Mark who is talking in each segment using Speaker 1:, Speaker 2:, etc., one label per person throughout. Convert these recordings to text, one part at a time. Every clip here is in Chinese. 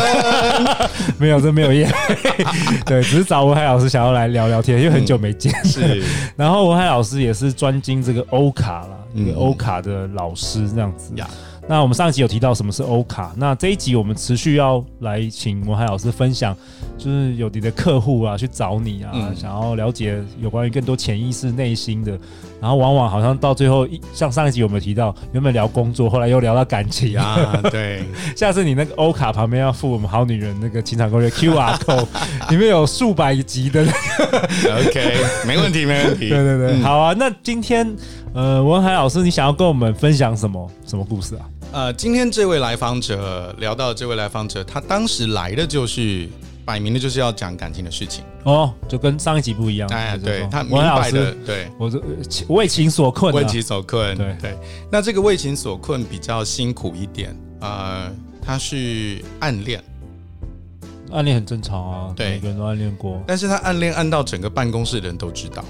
Speaker 1: 没有，这没有业配，对，只是找文海老师想要来聊聊天，因为很久没见。
Speaker 2: 是，
Speaker 1: 然后文海老师也是专精这个欧卡啦，一个
Speaker 2: 嗯
Speaker 1: 欧卡的老师这样子。
Speaker 2: 呀
Speaker 1: 那我们上一集有提到什么是欧卡，那这一集我们持续要来请文海老师分享，就是有你的客户啊去找你啊，
Speaker 2: 嗯
Speaker 1: 想要了解有关于更多潜意识、内心的，然后往往好像到最后一，像上一集我们提到，原本聊工作，后来又聊到感情啊，
Speaker 2: 呀，对，
Speaker 1: 下次你那个欧卡旁边要附我们好女人那个情场攻略 QR code，里面有数百集的。
Speaker 2: OK，没问题，没问题。
Speaker 1: 对对对，好啊。那今天呃，文海老师，你想要跟我们分享什么什么故事啊？
Speaker 2: 呃，今天这位来访者聊到这位来访者，他当时来的就是摆明的就是要讲感情的事情。
Speaker 1: 哦，就跟上一集不一样。
Speaker 2: 哎，
Speaker 1: 哦就是
Speaker 2: 对
Speaker 1: 说
Speaker 2: 他明
Speaker 1: 文海老
Speaker 2: 白的
Speaker 1: 师，，
Speaker 2: 对。
Speaker 1: 我这呃情为情所困、啊。
Speaker 2: 为情所困，
Speaker 1: 对
Speaker 2: 对。那这个为情所困比较辛苦一点，呃，他是暗恋，
Speaker 1: 暗恋很正常啊，
Speaker 2: 对
Speaker 1: 每个人都暗恋过。
Speaker 2: 但是他暗恋暗到整个办公室的人都知道，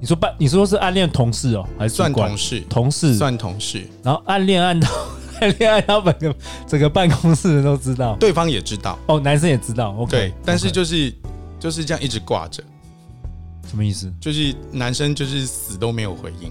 Speaker 1: 你说办，你说是暗恋同事哦，还是
Speaker 2: 算
Speaker 1: 主管
Speaker 2: 同事，
Speaker 1: 同事？
Speaker 2: 算同事，
Speaker 1: 然后暗恋暗到 暗恋暗到整个 整个办公室人都知道。
Speaker 2: 对方也知道。
Speaker 1: 哦，男生也知道。OK，
Speaker 2: 对
Speaker 1: OK，
Speaker 2: 但是就是就是这样一直挂着，
Speaker 1: 什么意思？
Speaker 2: 就是男生就是死都没有回应，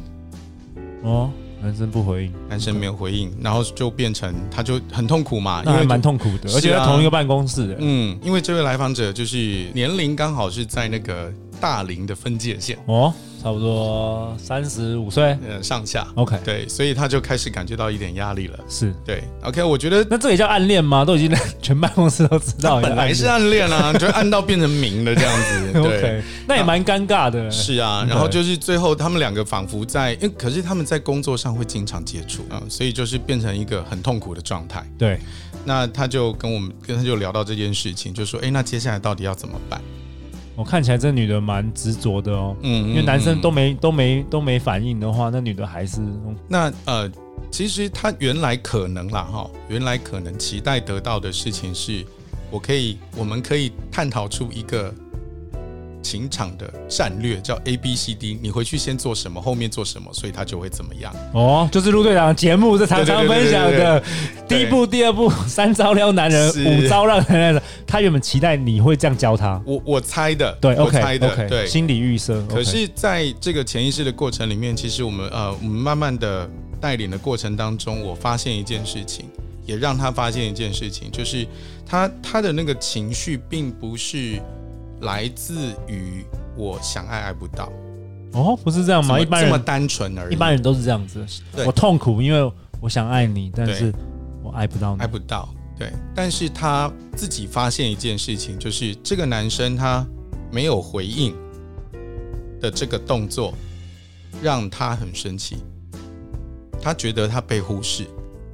Speaker 1: 哦，男生不回应，
Speaker 2: 男生没有回应，然后就变成他就很痛苦嘛，因
Speaker 1: 那还
Speaker 2: 为
Speaker 1: 蛮。痛苦的，
Speaker 2: 是啊
Speaker 1: 而且在同一个办公室欸的。
Speaker 2: 嗯，因为这位来访者就是年龄刚好是在那个大龄的分界线，
Speaker 1: 哦，差不多三十五岁。
Speaker 2: 呃，上下。
Speaker 1: OK，
Speaker 2: 对，所以他就开始感觉到一点压力了。
Speaker 1: 是。
Speaker 2: 对，OK，我觉得
Speaker 1: 那这也叫暗恋吗？都已经 全办公室都知道你
Speaker 2: 本来是
Speaker 1: 暗
Speaker 2: 暗恋啊，就暗到变成明了这样 子。
Speaker 1: 恋。
Speaker 2: 对
Speaker 1: OK，，那也蛮尴尬的。
Speaker 2: 是啊，然后就是最后他们两个仿佛在，因为可是他们在工作上会经常接触啊、嗯所以就是变成一个很痛苦的状态。
Speaker 1: 对，
Speaker 2: 那他就跟我们跟他就聊到这件事情，就说，哎，那接下来到底要怎么办？
Speaker 1: 我看起来这女的蛮执着的哦。
Speaker 2: 嗯
Speaker 1: 因为男生都
Speaker 2: 嗯
Speaker 1: 没都没都没反应的话，那女的还是
Speaker 2: 那呃，其实他原来可能啦哈，原来可能期待得到的事情是，我可以，我们可以探讨出一个。情场的战略叫 A B C D，你回去先做什么，后面做什么，所以他就会怎么样。
Speaker 1: 哦，就是陆队长的节目是常常
Speaker 2: 对对
Speaker 1: 分
Speaker 2: 对对
Speaker 1: 享的第一步、第二步， 三招撩男人，
Speaker 2: 是
Speaker 1: 五招让男人。他原本期待你会这样教他，
Speaker 2: 我我猜的，
Speaker 1: 对
Speaker 2: 我猜
Speaker 1: ，OK
Speaker 2: 的
Speaker 1: OK，
Speaker 2: 对。
Speaker 1: 心理预设。
Speaker 2: 可
Speaker 1: OK
Speaker 2: 是，在这个潜意识的过程里面，其实我们呃，我们慢慢的带领的过程当中，我发现一件事情，也让他发现一件事情，就是他他的那个情绪并不是来自于我想爱爱不到，
Speaker 1: 哦，不是这样
Speaker 2: 怎
Speaker 1: 吗？
Speaker 2: 么
Speaker 1: 一般
Speaker 2: 这么
Speaker 1: 人
Speaker 2: 单纯而已，
Speaker 1: 一般人都是这样子。
Speaker 2: 对
Speaker 1: 我痛苦，因为我想爱你，但
Speaker 2: 对
Speaker 1: 是我爱不到你
Speaker 2: 爱。不到。对，但是他自己发现一件事情，就是这个男生他没有回应的这个动作，让他很生气。他觉得他被忽视，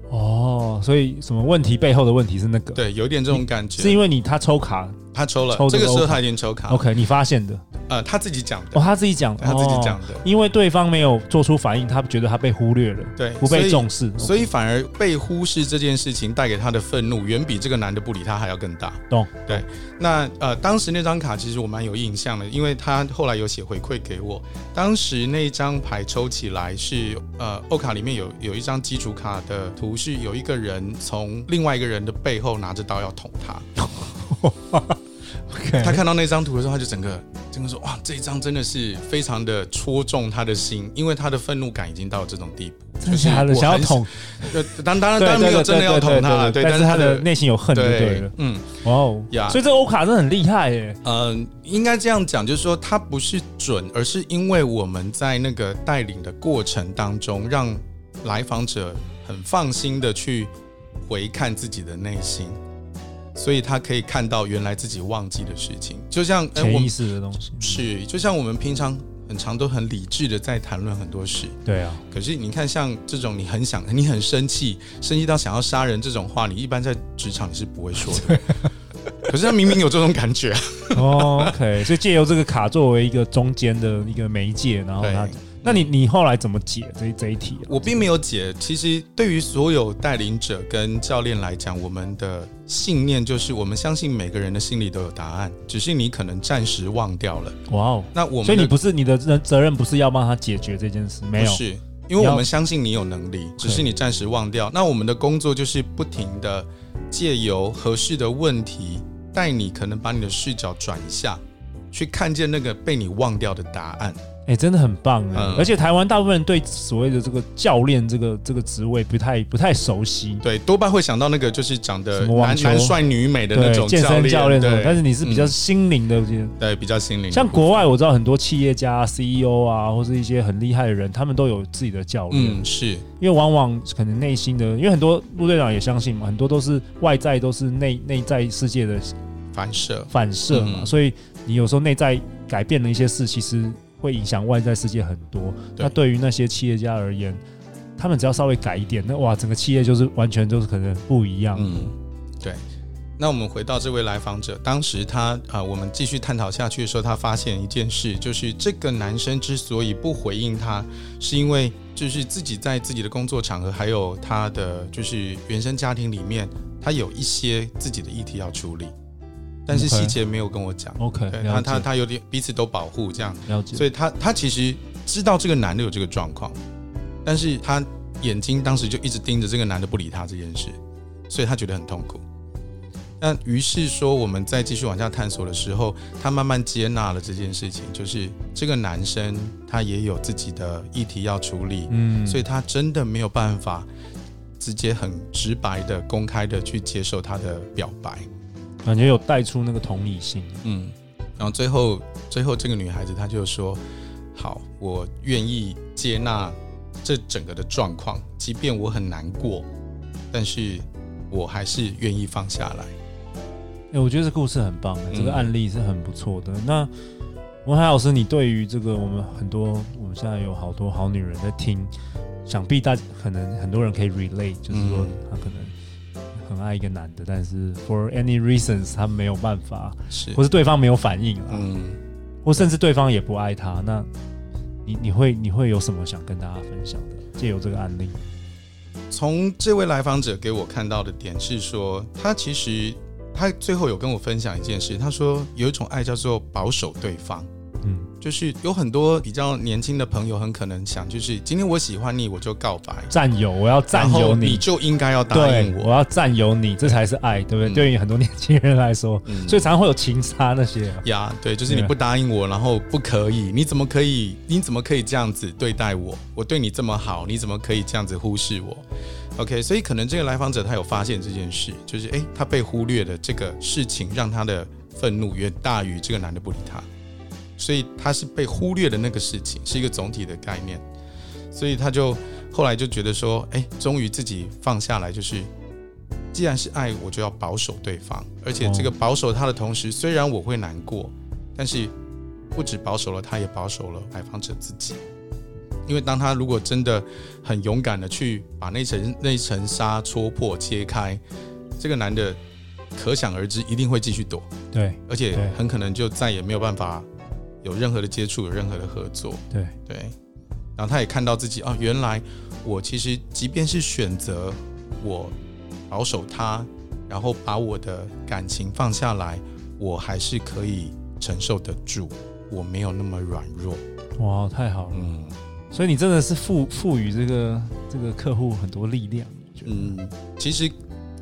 Speaker 1: 哦，所以什么问题背后的问题是那个，，
Speaker 2: 对，有点这种感觉。
Speaker 1: 是因为你他抽卡
Speaker 2: 他抽了，
Speaker 1: 抽这
Speaker 2: 这
Speaker 1: 个
Speaker 2: 个时候
Speaker 1: OK
Speaker 2: 他已经抽卡了。
Speaker 1: ，OK，你发现的，
Speaker 2: 呃，他自己讲的，
Speaker 1: 哦，他自己讲的，
Speaker 2: 他自己
Speaker 1: 哦
Speaker 2: 讲的
Speaker 1: 因为对方没有做出反应，他觉得他被忽略了，
Speaker 2: 对
Speaker 1: 不被重视，
Speaker 2: 所以反而被忽视这件事情带给他的愤怒，远比这个男的不理他还要更大。
Speaker 1: 懂，
Speaker 2: 对，那呃，当时那张卡其实我蛮有印象的，因为他后来有写回馈给我。当时那张牌抽起来是呃，欧卡里面有有一张基础卡的图，是有一个人从另外一个人的背后拿着刀要捅他。
Speaker 1: 嗯
Speaker 2: 他看到那张图的时候，他就整个整个说哇，这一张真的是非常的戳中他的心，因为他的愤怒感已经到这种地步，
Speaker 1: 这是他的
Speaker 2: 我
Speaker 1: 想要
Speaker 2: 很
Speaker 1: 捅，
Speaker 2: 呃，当当然
Speaker 1: 对
Speaker 2: 当然没
Speaker 1: 对对
Speaker 2: 有真的
Speaker 1: 对
Speaker 2: 要
Speaker 1: 对
Speaker 2: 捅他了，
Speaker 1: 对
Speaker 2: 对，
Speaker 1: 但
Speaker 2: 但
Speaker 1: 是
Speaker 2: 是
Speaker 1: 他
Speaker 2: 他
Speaker 1: 的
Speaker 2: 的
Speaker 1: 内心有恨就对了。
Speaker 2: 嗯
Speaker 1: 哇哦，
Speaker 2: 呀
Speaker 1: 所以这欧卡真的很厉害耶，
Speaker 2: 呃，应该这样讲，就是说它不是准，而是因为我们在那个带领的过程当中，让来访者很放心的去回看自己的内心。所以他可以看到原来自己忘记的事情，就像哎、我
Speaker 1: 潜意
Speaker 2: 们
Speaker 1: 识的东西。
Speaker 2: 是就像我们平常很常都很理智的在谈论很多事，
Speaker 1: 对啊，
Speaker 2: 可是你看，像这种你很想、你很生气、生气到想要杀人这种话，你一般在职场你是不会说 的。可是他明明有这种感觉啊，
Speaker 1: 哦 OK，所以借由这个卡作为一个中间的一个媒介，然后
Speaker 2: 对
Speaker 1: 他，那你你后来怎么解这这一题啊、
Speaker 2: 我并没有解。其实对于所有带领者跟教练来讲，我们的信念就是我们相信每个人的心里都有答案，只是你可能暂时忘掉了。
Speaker 1: 哇哦，
Speaker 2: 那我们
Speaker 1: 所以
Speaker 2: 的
Speaker 1: 你不是你的责责任不是要帮他解决这件事，没有
Speaker 2: 不是，因为我们相信你有能力，只是你暂时忘掉。那我们的工作就是不停的借由合适的问题，带你可能把你的视角转一下，去看见那个被你忘掉的答案。
Speaker 1: 哎、真的很棒哎、
Speaker 2: 嗯
Speaker 1: 而且台湾大部分人对所谓的这个教练这个这个职位不太不太熟悉，
Speaker 2: 对，多半会想到那个就是长
Speaker 1: 什
Speaker 2: 得
Speaker 1: 么网
Speaker 2: 男
Speaker 1: 球
Speaker 2: 男帅女美的那
Speaker 1: 对
Speaker 2: 种
Speaker 1: 健身教练
Speaker 2: 练，
Speaker 1: 什么，
Speaker 2: 对，
Speaker 1: 但是你是比较
Speaker 2: 嗯
Speaker 1: 心灵的，我觉得
Speaker 2: 对比较心灵的部分，
Speaker 1: 像国外我知道很多企业家、CEO 啊，或是一些很厉害的人，他们都有自己的教练，
Speaker 2: 嗯是
Speaker 1: 因为往往可能内心的，因为很多陆队长也相信嘛，很多都是外在都是内内在世界的
Speaker 2: 反射，
Speaker 1: 反射嘛，
Speaker 2: 嗯
Speaker 1: 所以你有时候内在改变了一些事，其实会影响外在世界很多。
Speaker 2: 对
Speaker 1: 那对于那些企业家而言，他们只要稍微改一点，那哇，整个企业就是完全就是可能不一样。
Speaker 2: 嗯，对。那我们回到这位来访者，当时他啊、呃我们继续探讨下去的时候，他发现一件事，就是这个男生之所以不回应他，是因为就是自己在自己的工作场合，还有他的就是原生家庭里面，他有一些自己的议题要处理，但是
Speaker 1: OK
Speaker 2: 细节没有跟我讲。
Speaker 1: OK，
Speaker 2: 对
Speaker 1: 了解
Speaker 2: 他，他他有点彼此都保护这样，
Speaker 1: 了解。
Speaker 2: 所以他他其实知道这个男的有这个状况，但是他眼睛当时就一直盯着这个男的不理他这件事，所以他觉得很痛苦。那于是说，我们在继续往下探索的时候，他慢慢接纳了这件事情，就是这个男生他也有自己的议题要处理，
Speaker 1: 嗯
Speaker 2: 所以他真的没有办法直接很直白的、公开的去接受他的表白。
Speaker 1: 感觉有带出那个同理心。
Speaker 2: 嗯，然后最后最后这个女孩子她就说：“好，我愿意接纳这整个的状况，即便我很难过，但是我还是愿意放下来。
Speaker 1: 哎、我觉得这故事很棒、欸这个
Speaker 2: 嗯
Speaker 1: 案例是很不错的。那文海老师，你对于这个我们很多，我们现在有好多好女人在听，想必大可能很多人可以 relate，就是说
Speaker 2: 嗯
Speaker 1: 她可能很爱一个男的，但是 for any reasons 她没有办法，”
Speaker 2: 是
Speaker 1: 或，是对方没有反应啊，
Speaker 2: 嗯。
Speaker 1: 或甚至对方也不爱他，那你你会你会有什么想跟大家分享的？借由这个案例，
Speaker 2: 从这位来访者给我看到的点是说，他其实他最后有跟我分享一件事，他说有一种爱叫做保守对方。
Speaker 1: 嗯，
Speaker 2: 就是有很多比较年轻的朋友，很可能想，就是今天我喜欢你，我就告白，
Speaker 1: 占有，我要占
Speaker 2: 然后
Speaker 1: 有
Speaker 2: 你
Speaker 1: 你。
Speaker 2: 就应该要答
Speaker 1: 对
Speaker 2: 应，我
Speaker 1: 我。要占有你，这才是爱，对不对？
Speaker 2: 嗯
Speaker 1: 对于很多年轻人来说，
Speaker 2: 嗯
Speaker 1: 所以常常会有情杀那些啊、
Speaker 2: 呀对，就是你
Speaker 1: 对
Speaker 2: 不答应我，然后不可以，你怎么可以？你怎么可以这样子对待我？我对你这么好，你怎么可以这样子忽视我？OK，所以可能这个来访者他有发现这件事，就是诶，他被忽略的这个事情，让他的愤怒远大于这个男的不理他，所以他是被忽略的那个事情，是一个总体的概念，所以他就后来就觉得说，诶，终于自己放下来，就是既然是爱，我就要保守对方，而且这个保守他的同时，虽然我会难过，但是不止保守了他，也保守了来访者自己。因为当他如果真的很勇敢的去把那层那层纱戳破揭开，这个男的可想而知一定会继续躲，
Speaker 1: 对
Speaker 2: 而且
Speaker 1: 对
Speaker 2: 很可能就再也没有办法有任何的接触，有任何的合作。
Speaker 1: 对，
Speaker 2: 对，然后他也看到自己啊，原来我其实即便是选择我保守他，然后把我的感情放下来，我还是可以承受得住，我没有那么软弱。
Speaker 1: 哇，太好了！
Speaker 2: 嗯
Speaker 1: 所以你真的是赋赋予这个这个客户很多力量，我觉得、
Speaker 2: 嗯，其实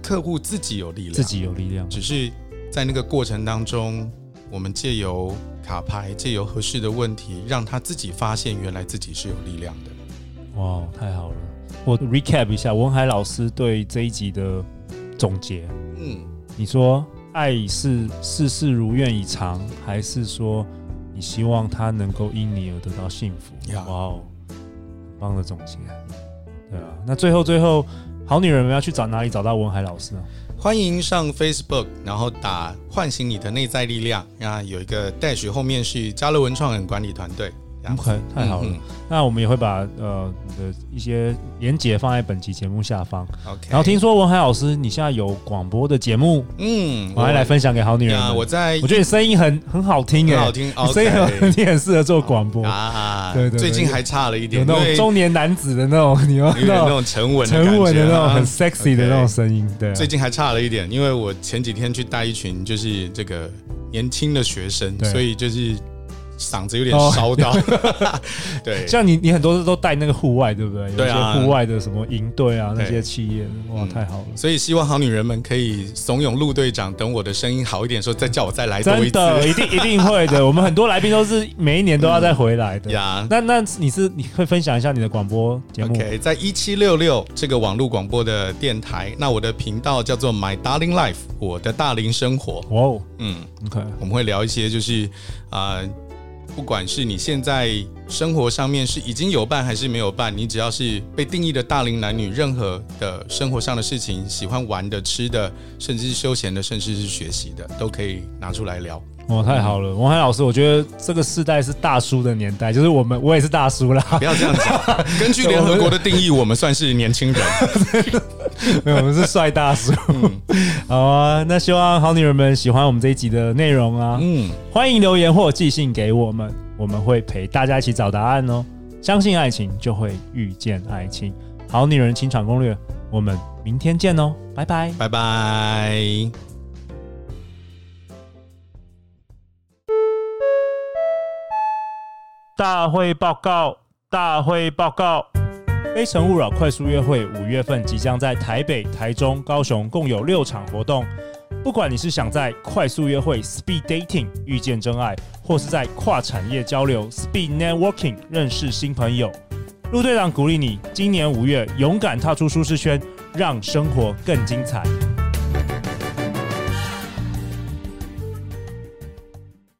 Speaker 2: 客户自己有力量，
Speaker 1: 自己有力量，
Speaker 2: 只是在那个过程当中，我们借由卡牌，借由合适的问题，让他自己发现原来自己是有力量的。
Speaker 1: 哇，太好了！我 recap 一下文海老师对这一集的总结。
Speaker 2: 嗯，
Speaker 1: 你说爱是事事如愿以偿，还是说你希望他能够因你而得到幸福？
Speaker 2: 呀
Speaker 1: 哇哦，很棒的总结。对啊，那最后最后，好女人们要去找哪里找到文海老师呢？
Speaker 2: 欢迎上 Facebook，然后打“唤醒你的内在力量”，那有一个 dash 后面是嘉乐文创很管理团队。这样子
Speaker 1: OK，太好了
Speaker 2: 嗯
Speaker 1: 那我们也会把呃你的一些连结放在本集节目下方。
Speaker 2: 嗯 OK，
Speaker 1: 然后听说文海老师你现在有广播的节目，
Speaker 2: 嗯，
Speaker 1: 我还来分享给好女人
Speaker 2: 呀，
Speaker 1: 们。
Speaker 2: 我在
Speaker 1: 我觉得你声音很很好听
Speaker 2: 很
Speaker 1: 耶，
Speaker 2: 好听哦
Speaker 1: 你声音很
Speaker 2: OK
Speaker 1: 你很适合做广播，
Speaker 2: 啊，
Speaker 1: 对对对
Speaker 2: 最近还差了一
Speaker 1: 有
Speaker 2: 点，
Speaker 1: 那种中年男子的那种，你有
Speaker 2: 因为有点
Speaker 1: 那种
Speaker 2: 那种沉稳的
Speaker 1: 沉稳的
Speaker 2: 感觉
Speaker 1: 那
Speaker 2: 啊
Speaker 1: 种很 sexy 的
Speaker 2: OK
Speaker 1: 那种声音，对啊，
Speaker 2: 最近还差了一点，因为我前几天去带一群就是这个年轻的学生，
Speaker 1: 对哦
Speaker 2: 所以就是嗓子有点 烧到。对，
Speaker 1: 像你，你很多都带那个户外，对不对？
Speaker 2: 对啊
Speaker 1: 有一些户外的什么营队啊，那
Speaker 2: 对
Speaker 1: 些企业，哇，
Speaker 2: 嗯
Speaker 1: 太好了。
Speaker 2: 所以希望好女人们可以怂恿陆队长，等我的声音好一点的时候，再叫我再来多一
Speaker 1: 真
Speaker 2: 次。
Speaker 1: 的，一定一定会 的。我们很多来宾都是每一年都要再回来的。
Speaker 2: 呀
Speaker 1: 那那你是你会分享一下你的广播节目
Speaker 2: OK，在一七六六这个网络广播的电台，那我的频道叫做 My Darling Life，我的大龄生活。
Speaker 1: 哇哦
Speaker 2: 嗯，
Speaker 1: ，OK，
Speaker 2: 我们会聊一些就是啊、呃不管是你现在生活上面是已经有伴还是没有伴，你只要是被定义的大龄男女，任何的生活上的事情，喜欢玩的、吃的，甚至是休闲的，甚至是学习的，都可以拿出来聊。
Speaker 1: 哇，太好了，王涵老师，我觉得这个世代是大叔的年代，就是我们我也是大叔啦。
Speaker 2: 不要这样讲，根据联合国的定义，我们算是年轻人。
Speaker 1: 没有我们是帅大叔。
Speaker 2: 嗯
Speaker 1: 好啊，那希望好女人们喜欢我们这一集的内容啊，
Speaker 2: 嗯，
Speaker 1: 欢迎留言或寄信给我们，我们会陪大家一起找答案哦。相信爱情，就会遇见爱情。好女人情场攻略，我们明天见哦，拜拜。
Speaker 2: 拜拜。
Speaker 1: 大会报告，大会报告。《非诚勿扰》快速约会五月份即将在台北、台中、高雄共有六场活动。不管你是想在快速约会 （Speed Dating） 遇见真爱，或是在跨产业交流 （Speed Networking） 认识新朋友，陆队长鼓励你今年五月勇敢踏出舒适圈，让生活更精彩。